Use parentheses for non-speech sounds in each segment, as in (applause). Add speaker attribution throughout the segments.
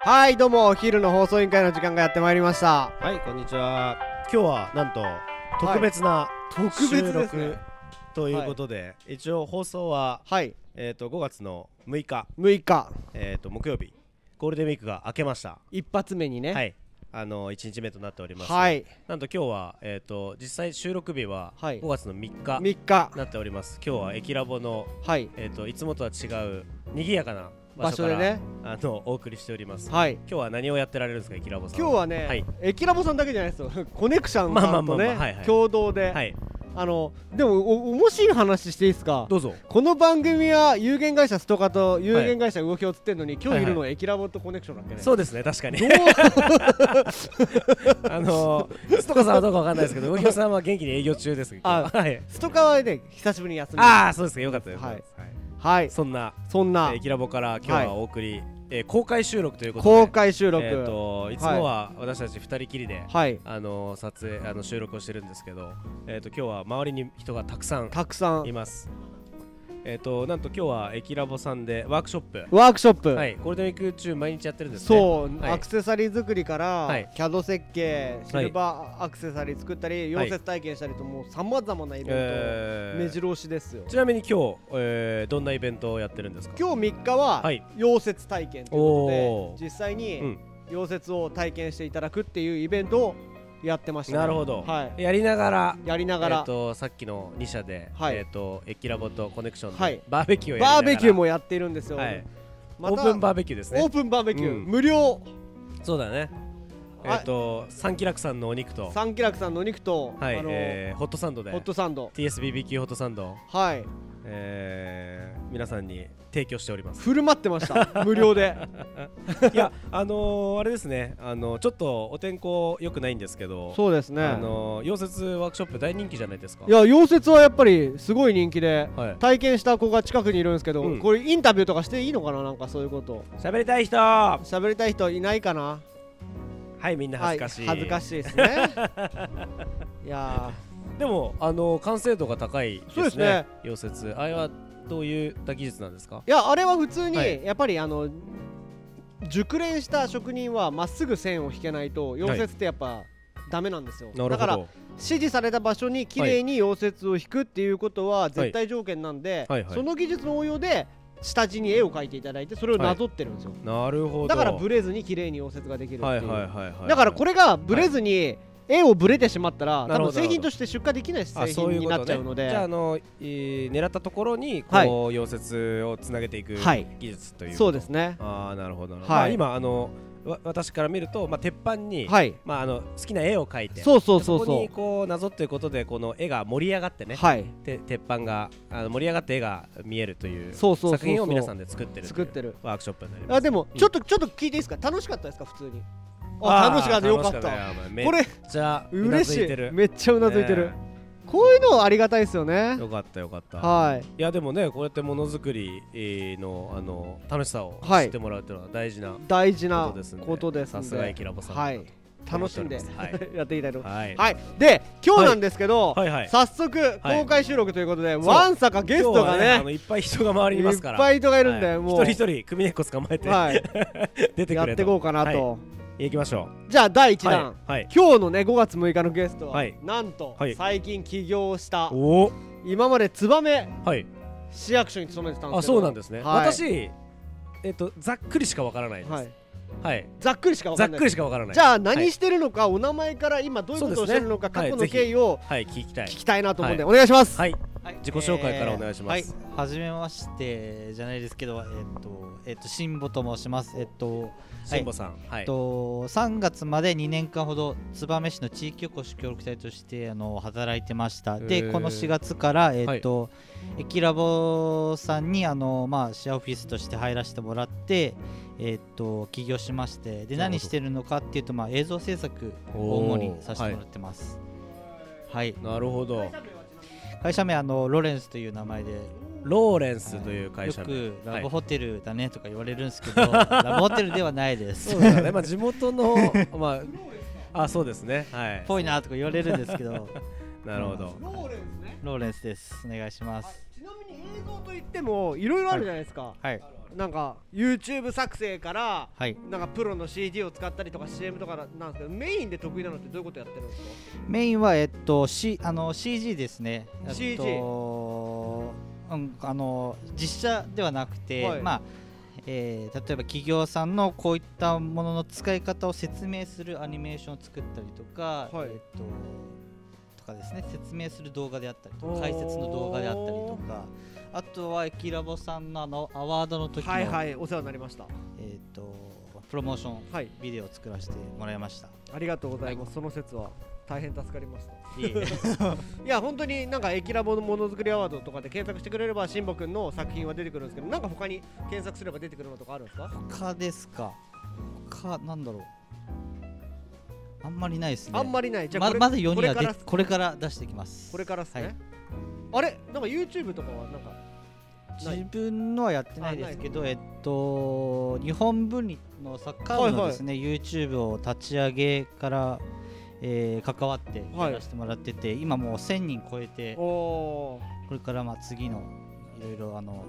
Speaker 1: はいどうもお昼の放送委員会の時間がやってまいりました
Speaker 2: はい、こんにちは。
Speaker 3: 今日はなんと特別な
Speaker 1: 特
Speaker 3: 収録ということで、一応放送は、
Speaker 1: はい
Speaker 3: えー、と5月の6日、
Speaker 1: 6日
Speaker 3: えー、と木曜日ゴールデンウィークが明けました
Speaker 1: 一発目にね
Speaker 3: はいあの1日目となっております、
Speaker 1: はい
Speaker 3: なんと今日は、えー、と実際収録日は
Speaker 1: はい
Speaker 3: 5月の3日に
Speaker 1: 3日
Speaker 3: なっております、今日は駅ラボの、
Speaker 1: はい
Speaker 3: えー、といつもとは違う賑やかな場所から
Speaker 1: 場所でね
Speaker 3: あのお送りしております
Speaker 1: はい
Speaker 3: 今日は何をやってられるんですか駅ラボさん
Speaker 1: 今日はね、
Speaker 3: はい
Speaker 1: エキラボさんだけじゃないですよコネクション
Speaker 3: まあま
Speaker 1: さ
Speaker 3: あ
Speaker 1: ん
Speaker 3: ま
Speaker 1: と
Speaker 3: あまあはい
Speaker 1: ね
Speaker 3: はい
Speaker 1: 共同で、
Speaker 3: はい
Speaker 1: あのでもお面白い話していいですか
Speaker 3: どうぞ
Speaker 1: この番組は有限会社ストカと有限会社動きをつってんのに、今日いるの
Speaker 3: は
Speaker 1: はエキラボとコネクションだっけね、
Speaker 3: そう (laughs) ですね確かに
Speaker 1: どう
Speaker 3: あのー、ストカさんはどうかわかんないですけど、ウギョさんは元気に営業中です。
Speaker 1: あ
Speaker 3: はい。
Speaker 1: ストカはね久しぶりに休み
Speaker 3: ああ、そうですか、よかったです。
Speaker 1: はい
Speaker 3: い。
Speaker 1: はい
Speaker 3: そんな、
Speaker 1: そん
Speaker 3: え
Speaker 1: な
Speaker 3: ー、キラボから今日はお送り、えー公開収録ということで、
Speaker 1: 公開収録、
Speaker 3: えーといつもは私たち二人きりで、
Speaker 1: はい
Speaker 3: あのー撮影あの収録をしてるんですけど、えっ、と今日は周りに人がたくさん
Speaker 1: たくさん
Speaker 3: います。えっ、となんと今日はエキラボさんでワークショップ、
Speaker 1: ワークショップ、
Speaker 3: はい、ゴールデンウィーク中毎日やってるんですね。
Speaker 1: そう、
Speaker 3: はい
Speaker 1: アクセサリー作りから、
Speaker 3: はい
Speaker 1: CAD 設計シルバーアクセサリー作ったり、
Speaker 3: はい
Speaker 1: 溶接体験したりともうさまざまなイベント、
Speaker 3: えー
Speaker 1: 目白押しですよ
Speaker 3: ちなみに今日、えーどんなイベントをやってるんですか。
Speaker 1: 今日3日は、
Speaker 3: はい
Speaker 1: 溶接体験ということ
Speaker 3: お
Speaker 1: で
Speaker 3: ー
Speaker 1: 実際
Speaker 3: う
Speaker 1: に
Speaker 3: ん
Speaker 1: 溶接を体験していただくっていうイベントをやってましたね、
Speaker 3: なるほど、
Speaker 1: は
Speaker 3: やりながら
Speaker 1: い、やりながら、
Speaker 3: えっとさっきの2社で、
Speaker 1: はい
Speaker 3: えっとエキラボとコネクションで、
Speaker 1: はい
Speaker 3: バーベキューをやりな
Speaker 1: バ
Speaker 3: が
Speaker 1: ー
Speaker 3: ら
Speaker 1: ベキューもやっているんですよ、
Speaker 3: はい、
Speaker 1: ま
Speaker 3: オ
Speaker 1: た
Speaker 3: ープンバーベキューです
Speaker 1: オー
Speaker 3: ね
Speaker 1: プンバーベキュー、
Speaker 3: うん
Speaker 1: 無料
Speaker 3: そうだね
Speaker 1: はい
Speaker 3: えっとサンキラクさんのお肉と
Speaker 1: サンキラクさんのお肉と、
Speaker 3: はい
Speaker 1: あの
Speaker 3: えーホットサンドで
Speaker 1: ホットサンド
Speaker 3: TSBBQ ホットサンドを、
Speaker 1: はい
Speaker 3: えー皆さんに提供してお
Speaker 1: (laughs)
Speaker 3: ります
Speaker 1: 振る舞ってました無料で
Speaker 3: いやあのーあれですねあのちょっとお天候良くないんですけど
Speaker 1: そうですね、
Speaker 3: あのー溶接ワークショップ大人気じゃないですか
Speaker 1: いや溶接はやっぱりすごい人気で、
Speaker 3: はい
Speaker 1: 体験した子が近くにいるんですけど、
Speaker 3: うん
Speaker 1: これインタビューとかしていいのかななんかそういうこと
Speaker 3: 喋りたい人は
Speaker 1: 喋りたい人いないかない
Speaker 3: みんな恥ずかしい、
Speaker 1: はい、恥ずかしいです
Speaker 3: (laughs)
Speaker 1: ねいや
Speaker 3: でもあの完成度が高いですね
Speaker 1: そうですね
Speaker 3: 溶接あれはどういった技術なんですか
Speaker 1: ーいやあれは普通に、
Speaker 3: はい
Speaker 1: やっぱりあの熟練した職人はまっすぐ線を引けないと溶接ってやっぱ、ダメなんですよだから指示された場所に綺麗に溶接を引くっていうことは絶対条件なんで、
Speaker 3: はいはい
Speaker 1: その技術の応用で下地に絵を描いていただいてそれをなぞってるんですよ、
Speaker 3: なるほど
Speaker 1: だからブ
Speaker 3: レ
Speaker 1: レずに綺麗に溶接ができるっていう、
Speaker 3: はいはいはいはい
Speaker 1: だからこれがブレずに絵をブレてしまったら、
Speaker 3: な
Speaker 1: 多
Speaker 3: るほ
Speaker 1: 分
Speaker 3: ど
Speaker 1: 製品として出荷できない製
Speaker 3: あそう
Speaker 1: 品
Speaker 3: いう
Speaker 1: に
Speaker 3: こ
Speaker 1: な
Speaker 3: と
Speaker 1: っち
Speaker 3: ね
Speaker 1: ゃうので
Speaker 3: じゃああの、えー狙ったところにこう、
Speaker 1: はい
Speaker 3: 溶接をつなげていく
Speaker 1: はい
Speaker 3: 技術という、
Speaker 1: そうです
Speaker 3: ね
Speaker 1: ね
Speaker 3: ああなるほどなるほど、
Speaker 1: はい
Speaker 3: まあ、今あのわ私から見ると、まあ、鉄板に、
Speaker 1: はい
Speaker 3: まあ、あの好きな絵を描いて
Speaker 1: そうそうそう
Speaker 3: でここ
Speaker 1: そ
Speaker 3: にこうなぞっていうことでこの絵が盛り上がって
Speaker 1: う
Speaker 3: ね、
Speaker 1: はい
Speaker 3: て鉄板があの盛り上がって絵が見えるという
Speaker 1: そうそうそうそう
Speaker 3: 作品を皆さんで作ってるという
Speaker 1: 作ってる
Speaker 3: ワークショップになります
Speaker 1: あでも
Speaker 3: うん
Speaker 1: ちょっとちょっと聞いていいですか楽しかったですか普通にあ楽しかったよかった
Speaker 3: こ
Speaker 1: こ
Speaker 3: れ
Speaker 1: れ
Speaker 3: じゃあ
Speaker 1: 嬉し
Speaker 3: て
Speaker 1: い
Speaker 3: る
Speaker 1: めっちゃうなずいてる、こういうのありがたいですよね
Speaker 3: ねよかったよかった
Speaker 1: はい
Speaker 3: いやでもねこうやってものづくりえーのあの楽しさを
Speaker 1: は
Speaker 3: 知
Speaker 1: い
Speaker 3: ってもらうっていうのは大事な
Speaker 1: 大事
Speaker 3: こ
Speaker 1: な
Speaker 3: とですんで
Speaker 1: ことですん
Speaker 3: さ
Speaker 1: です
Speaker 3: がエキラボさん
Speaker 1: はい楽しんで
Speaker 3: 思っております
Speaker 1: やっていきたいと思います
Speaker 3: はい
Speaker 1: はい、で今日なんですけど、
Speaker 3: はいはい
Speaker 1: 早速
Speaker 3: はい
Speaker 1: 公開収録ということで、
Speaker 3: そう
Speaker 1: ワンサかゲストが
Speaker 3: 今日はあ
Speaker 1: ね
Speaker 3: のいっぱい人が周りにい
Speaker 1: い
Speaker 3: ま
Speaker 1: っ
Speaker 3: すから
Speaker 1: ぱい
Speaker 3: い
Speaker 1: 人がいるんで、もう
Speaker 3: 一人一人組猫捕まえて
Speaker 1: はい
Speaker 3: (laughs) 出てくれと
Speaker 1: やっていこうかなと、
Speaker 3: はい行きましょ
Speaker 1: じゃあ第1
Speaker 3: う
Speaker 1: 弾、
Speaker 3: はいはい
Speaker 1: 今日のね5月6日のゲストは、
Speaker 3: はい
Speaker 1: なんと、
Speaker 3: はい
Speaker 1: 最近起業した
Speaker 3: おお
Speaker 1: 今まで燕
Speaker 3: はい
Speaker 1: 市役所に勤めてたんで
Speaker 3: あ
Speaker 1: すけど
Speaker 3: そうなんですね
Speaker 1: はい
Speaker 3: 私えっとざっくりしかわからないです
Speaker 1: はい、
Speaker 3: はい
Speaker 1: ざっくりしかわ
Speaker 3: ざ
Speaker 1: か
Speaker 3: っ
Speaker 1: んない
Speaker 3: くりしかわからない
Speaker 1: じゃあ
Speaker 3: はい
Speaker 1: 何してるのか、お名前から今どういうこと
Speaker 3: そ
Speaker 1: を
Speaker 3: う
Speaker 1: し
Speaker 3: で
Speaker 1: て
Speaker 3: すね
Speaker 1: るのか、
Speaker 3: はい
Speaker 1: 過去の経緯を
Speaker 3: はい聞きたい
Speaker 1: 聞きたいなと思うんで、お願いします、
Speaker 3: はい
Speaker 4: はい
Speaker 3: 自己紹介からお願いします
Speaker 4: えーはい、はじめましてじゃないですけど、えっと、えっと、辛坊と申します。えっと、
Speaker 3: しんぼさんは
Speaker 4: えっ
Speaker 3: い
Speaker 4: と、3月まで2年間ほど燕市の地域おこし協力隊としてあの働いてました。
Speaker 3: へ
Speaker 4: で、
Speaker 3: ー
Speaker 4: この4月から、えっと、エキラボさんにあのまあシェアオフィスとして入らせてもらって、えっと起業しまして、
Speaker 3: なるほど
Speaker 4: で何してるのかっていうとまあ映像制作を主にさせてもらってます。はい、
Speaker 3: なるほど
Speaker 4: 会社名あのロレンスという名前で
Speaker 3: ローレンスという会社
Speaker 4: よ
Speaker 3: 名
Speaker 4: くラブ
Speaker 3: はい
Speaker 4: ホテルだねとか言われるんですけど、ラブホテルではないです
Speaker 3: そうで
Speaker 1: (laughs)
Speaker 3: すねまあ地元のまああそうですねはい
Speaker 4: ぽいなとか言われるんですけど
Speaker 3: なるほど
Speaker 1: ローレンスね
Speaker 4: ローレンスですお願いします
Speaker 1: ちなみに映像といってもいろいろあるじゃないですか、
Speaker 4: はい
Speaker 1: なんか YouTube 作成から、
Speaker 4: はい
Speaker 1: なんかプロの CD を使ったりとか CM とかなんですけどメインで得意なのってどういうことやってるんですか
Speaker 4: メインはえっと、C、あの CG ですね。
Speaker 1: CG
Speaker 4: えっとうんあの実写ではなくて、
Speaker 1: はい
Speaker 4: まあ。えー例えば企業さんのこういったものの使い方を説明するアニメーションを作ったりとか、
Speaker 1: はい
Speaker 4: えっととかですね説明する動画であったりとか解説の動画であったりとかあとはエキラボさんのあのアワードの時の、
Speaker 1: はいはいお世話になりました
Speaker 4: えっとプロモーション
Speaker 1: はい
Speaker 4: ビデオを作らせてもらいました。
Speaker 1: ありがとうございます、その説は大変助かりました
Speaker 4: いえいえ
Speaker 1: (laughs) いや本当になんか「エキラボのものづくりアワード」とかで検索してくれればしんぼくんの作品は出てくるんですけどなんか他に検索すれば出てくるのとかあるんですか、
Speaker 4: 他ですか他なんだろうあんまりないですね
Speaker 1: あんまりないじゃあ
Speaker 4: ま
Speaker 1: これ
Speaker 4: まだ世
Speaker 1: こ
Speaker 4: に
Speaker 1: れ
Speaker 4: は
Speaker 1: か
Speaker 4: 出
Speaker 1: ら
Speaker 4: てこれから出してきます
Speaker 1: これからっすね、
Speaker 4: はい
Speaker 1: あれなんか YouTube とかはなんかない
Speaker 4: 自分のはやってないですけどえっと日本文理のサッカー部
Speaker 1: はいは
Speaker 4: の
Speaker 1: い
Speaker 4: ですね、YouTube を立ち上げから、えー関わって
Speaker 1: はい
Speaker 4: やらせてもらってて、今もう1000人超えてこ
Speaker 1: おー
Speaker 4: れからまあ次のいろいろあの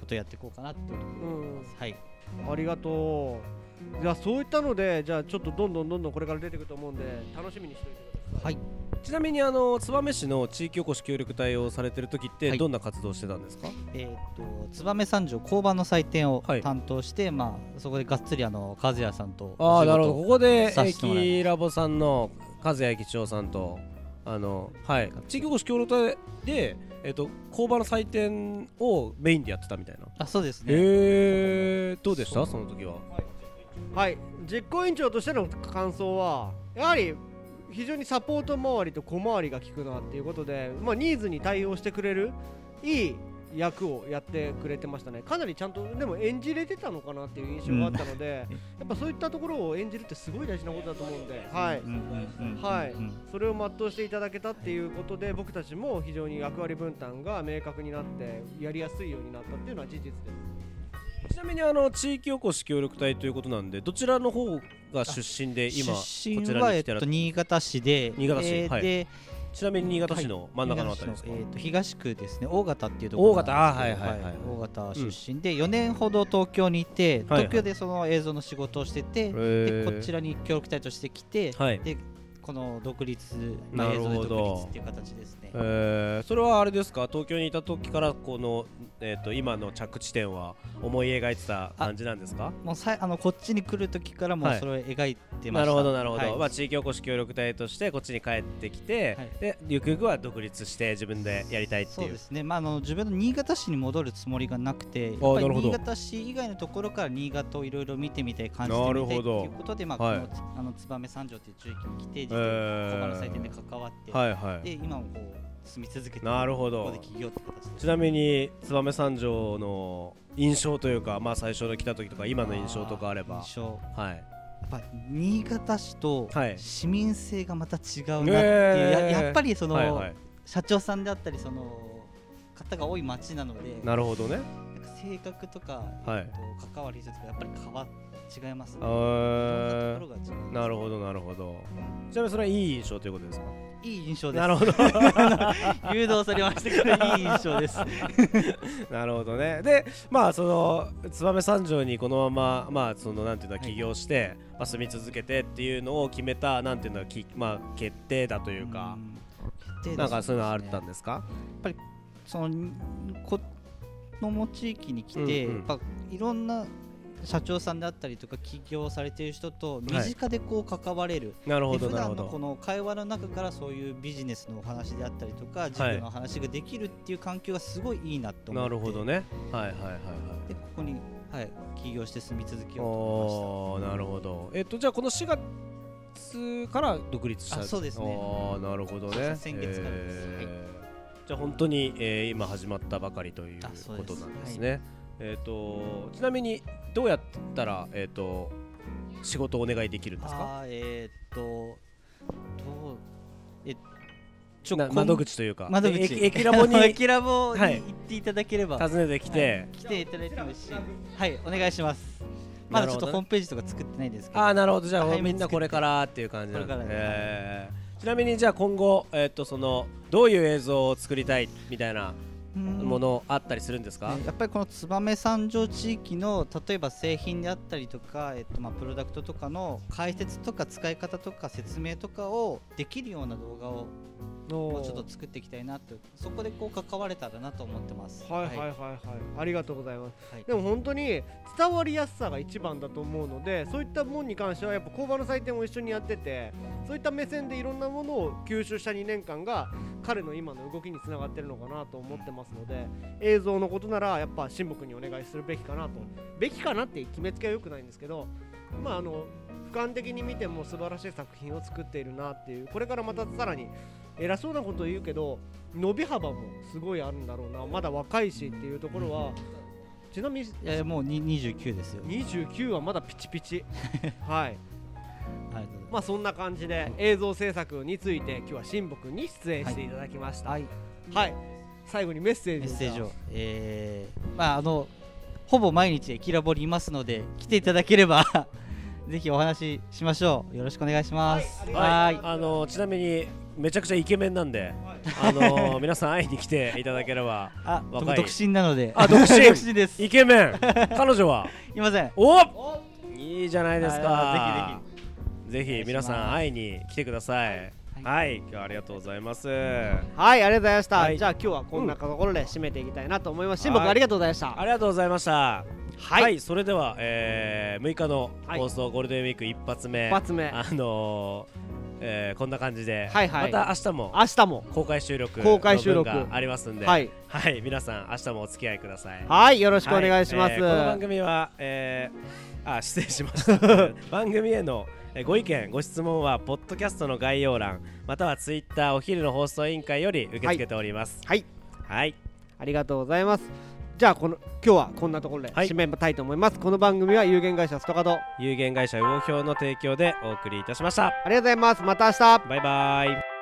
Speaker 4: ことやっていこうかなっていうところ
Speaker 1: うん
Speaker 4: ですはい
Speaker 1: ありがとうじゃあそういったのでじゃあちょっとどんどんどんどんこれから出てくると思うんで楽しみにしておいてください
Speaker 4: はい
Speaker 3: ちなみにあの燕市の地域おこし協力隊をされてる時って
Speaker 4: はい
Speaker 3: どんな活動してたんですか、
Speaker 4: えー、と燕三条交番の祭典を
Speaker 3: はい
Speaker 4: 担当して、まあ、そこでがっつりあの和也さんと
Speaker 3: あ
Speaker 4: お
Speaker 3: あ
Speaker 4: 仕
Speaker 3: なるほ
Speaker 4: 事
Speaker 3: ど
Speaker 4: を
Speaker 3: ここで
Speaker 4: させてもらいます
Speaker 3: 駅ラボさんの和也駅長さんとあのはい地域おこし協力隊で、えっと工場の祭典をメインでやってたみたいな、
Speaker 4: あそうですね
Speaker 3: へえどうでしたその時は
Speaker 1: はい、実行委員長としての感想はやはり非常にサポート回りと小回りが効くなっていうことで、まあ、ニーズに対応してくれるいい役をやってくれてましたねかなりちゃんとでも演じれてたのかなっていう印象があったので、やっぱそういったところを演じるってすごい大事なことだと思うんで、はい
Speaker 4: うんうんうん
Speaker 1: はい
Speaker 4: うん
Speaker 1: それを全うしていただけたっていうことで僕たちも非常に役割分担が明確になってやりやすいようになったっていうのは事実です。
Speaker 3: ちなみにあの地域おこし協力隊ということなんでどちらの方が出身で今こ
Speaker 4: 出
Speaker 3: ち
Speaker 4: 身
Speaker 3: ら
Speaker 4: は、
Speaker 3: に
Speaker 4: え
Speaker 3: 来
Speaker 4: って
Speaker 3: ら
Speaker 4: と、新潟市で
Speaker 3: 新潟市
Speaker 4: えー
Speaker 3: はい
Speaker 4: で
Speaker 3: ちなみに新潟市の真ん中のあたりですか、
Speaker 4: 東のえーと東区ですね大型っていうところなんですけど
Speaker 3: 大型あーはいはいはい
Speaker 4: 大型出身で4年ほど東京にいて、
Speaker 3: はい
Speaker 4: 東京でその映像の仕事をしてて、
Speaker 3: へー
Speaker 4: でこちらに協力隊として来て、
Speaker 3: はい
Speaker 4: でこの独立、
Speaker 3: な
Speaker 4: まあ、映
Speaker 3: るほど
Speaker 4: 像で独立っていう形ですね
Speaker 3: えーそれはあれですか東京にいた時からこの、えー、と今の着地点は思い描いてた感じなんですか
Speaker 4: もうさいあのこっちに来る時からもう
Speaker 3: はい
Speaker 4: それを描いてま
Speaker 3: な
Speaker 4: し
Speaker 3: る
Speaker 4: た、
Speaker 3: ほどなるほど、ま
Speaker 4: は
Speaker 3: あ、地域おこし協力隊としてこっちに帰ってきて、
Speaker 4: はい
Speaker 3: でゆくゆくは独立して自分でやりたい
Speaker 4: い、
Speaker 3: って
Speaker 4: そう
Speaker 3: い
Speaker 4: で
Speaker 3: う
Speaker 4: すね、まあ、あの自分の新潟市に戻るつもりがなくてやっぱ
Speaker 3: な
Speaker 4: り
Speaker 3: るほど
Speaker 4: 新潟市以外のところから新潟をいろいろ見てみたい感じてみたい
Speaker 3: なるほ
Speaker 4: と
Speaker 3: ど
Speaker 4: いうことで、まあ
Speaker 3: はい
Speaker 4: このつあの燕三条という地域に来て
Speaker 3: へ
Speaker 4: 実際
Speaker 3: ー
Speaker 4: 小の祭典で関わって、
Speaker 3: はいは
Speaker 4: で
Speaker 3: い
Speaker 4: 今もこう住み続けて
Speaker 3: なるほ
Speaker 4: こ
Speaker 3: ど
Speaker 4: こで起業って形です
Speaker 3: ちなみに燕三条の印象というか、まあ、最初に来た時とか今の印象とかあれば
Speaker 4: 印象
Speaker 3: はい
Speaker 4: やっぱ新潟市と
Speaker 3: はい
Speaker 4: 市民性がまた違うなって
Speaker 3: え
Speaker 4: いう、
Speaker 3: ー
Speaker 4: ややっぱりその、
Speaker 3: はいはい
Speaker 4: 社長さんであったりその方が多い町なので
Speaker 3: なるほどね
Speaker 4: なんか性格とか、
Speaker 3: はい
Speaker 4: えっと関わり人とかやっぱり変わ違いますね。
Speaker 3: あ
Speaker 4: いろんな
Speaker 3: ー
Speaker 4: ところが違う
Speaker 3: なるほどなるほどちなみにそれはいい印象ということですか
Speaker 4: いい印象です。
Speaker 3: なるほど
Speaker 4: 誘導されましたからいい印象です。
Speaker 3: なるほどねでまあその燕三条にこのまままあそのなんていうの
Speaker 4: はい
Speaker 3: 起業して、まあ、住み続けてっていうのを決めたなんていうのはきまあ決定だというか、
Speaker 4: ん決定打
Speaker 3: なんかそういうのあった
Speaker 4: そ
Speaker 3: ん
Speaker 4: う
Speaker 3: ですか
Speaker 4: ですねそのこのも地域に来て、
Speaker 3: うんうん
Speaker 4: やっぱいろんな社長さんであったりとか起業されている人と身近でこう関われる。
Speaker 3: なるほ
Speaker 4: で
Speaker 3: ど
Speaker 4: 普
Speaker 3: なるほ
Speaker 4: 段のこ
Speaker 3: ど
Speaker 4: の会話の中からそういうビジネスのお話であったりとか事業の話ができるっていう環境がすごいいいなと思っ
Speaker 3: な
Speaker 4: て、
Speaker 3: るほどねはいはいはいはい
Speaker 4: でここに、はい、起業して住み続けようと思い
Speaker 3: おーなるほどえっとじゃあこの4月から独立した
Speaker 4: あそうですね
Speaker 3: ああなるほど
Speaker 4: そうで
Speaker 3: ね
Speaker 4: す先月からです
Speaker 3: えーじゃあ本当に、えー今始まったばかりという
Speaker 4: あそう
Speaker 3: こ
Speaker 4: です
Speaker 3: となんですねえっ、とちなみにどうやったらえっ、と仕事をお願いできるんで
Speaker 4: まし
Speaker 3: す
Speaker 4: た
Speaker 3: か
Speaker 4: あーえー、っとどうえち
Speaker 3: な
Speaker 4: こん
Speaker 3: 窓口というか
Speaker 4: 窓口
Speaker 3: え駅駅ラボ
Speaker 4: (laughs)
Speaker 3: に
Speaker 4: 駅ラボに
Speaker 3: は
Speaker 4: 行
Speaker 3: い
Speaker 4: っていただければ、
Speaker 3: 訪ねてきて、
Speaker 4: 来ていただいてもいいしはいお願いしますまだちょっ
Speaker 3: なるほど
Speaker 4: と
Speaker 3: ね
Speaker 4: ホームページとか作ってないですけど
Speaker 3: ああなるほどじゃ
Speaker 4: 早
Speaker 3: あ
Speaker 4: めに
Speaker 3: みんなこれからっていう感じなんで
Speaker 4: こ
Speaker 3: す
Speaker 4: れ
Speaker 3: ね
Speaker 4: からです
Speaker 3: えーちなみにじゃあ今後えっ、とそのどういう映像を作りたいみたいなものあったりするんですか、
Speaker 4: やっぱりこの燕三条地域の例えば製品であったりとか、えっと、まあプロダクトとかの解説とか使い方とか説明とかをできるような動画をもうちょっと作っていきたいなとそこでこう関われたらなと思ってます
Speaker 1: はいはいはいはい、ありがとうございます、はい、でも本当に伝わりやすさが一番だと思うのでそういったもんに関してはやっぱ工場の祭典を一緒にやっててそういった目線でいろんなものを吸収した2年間が彼の今の動きにつながってるのかなと思ってますので映像のことならやっぱ親睦にお願いするべきかなとべきかなって決めつけはよくないんですけどまああの俯瞰的に見ても素晴らしい作品を作っているなっていうこれからまたさらに偉そうなこと言うけど伸び幅もすごいあるんだろうなまだ若いしっていうところはちなみに
Speaker 4: いやもう29ですよ
Speaker 1: 29はまだピチピチはいまあそんな感じで映像制作について今日は親睦に出演していただきました、はい、はい、最後にメッセージ、
Speaker 4: メッセージをえー、まああのほぼ毎日キラボリいますので来ていただければ (laughs) ぜひお話ししましょうよろしくお願いします
Speaker 3: はい、あのちなみにめちゃくちゃイケメンなん (laughs) で、あの皆さん会いに来ていただければ
Speaker 4: あ独身なので
Speaker 3: あ独身
Speaker 4: (laughs) 独身です
Speaker 3: イケメ (laughs) ン彼女はい
Speaker 4: ません
Speaker 3: おいいじゃないですかぜひぜひぜひ皆さん会いに来てください、はい、今日はありがとうございます。はい
Speaker 1: ありがとうございました。じゃあ今日はこんなところで締めていきたいなと思います。しんぼくありがとうございました。
Speaker 3: ありがとうございました。はい、それでは、えー、6日の放送、ゴールデンウィーク一発目。
Speaker 1: 一発目。
Speaker 3: あのえー、こんな感じで、はいはい、また明日も
Speaker 1: 明日も
Speaker 3: 公開収録
Speaker 1: 公開収録
Speaker 3: ありますんで、はい、はい、皆さん明日もお付き合いください。
Speaker 1: はい、よろしくお願いします。
Speaker 3: はいえー、この番組は、えー、あ失礼しました。
Speaker 1: (laughs)
Speaker 3: 番組へのご意見ご質問はポッドキャストの概要欄またはツイッターお昼の放送委員会より受け付けております
Speaker 1: はい
Speaker 3: はい、
Speaker 1: ありがとうございますじゃあこの今日はこんなところで締めたいと思います、はい、この番組は有限会社ストカド
Speaker 3: 有限会社魚評の提供でお送りいたしましたあ
Speaker 1: りがとうございますまた明日
Speaker 3: バイバイ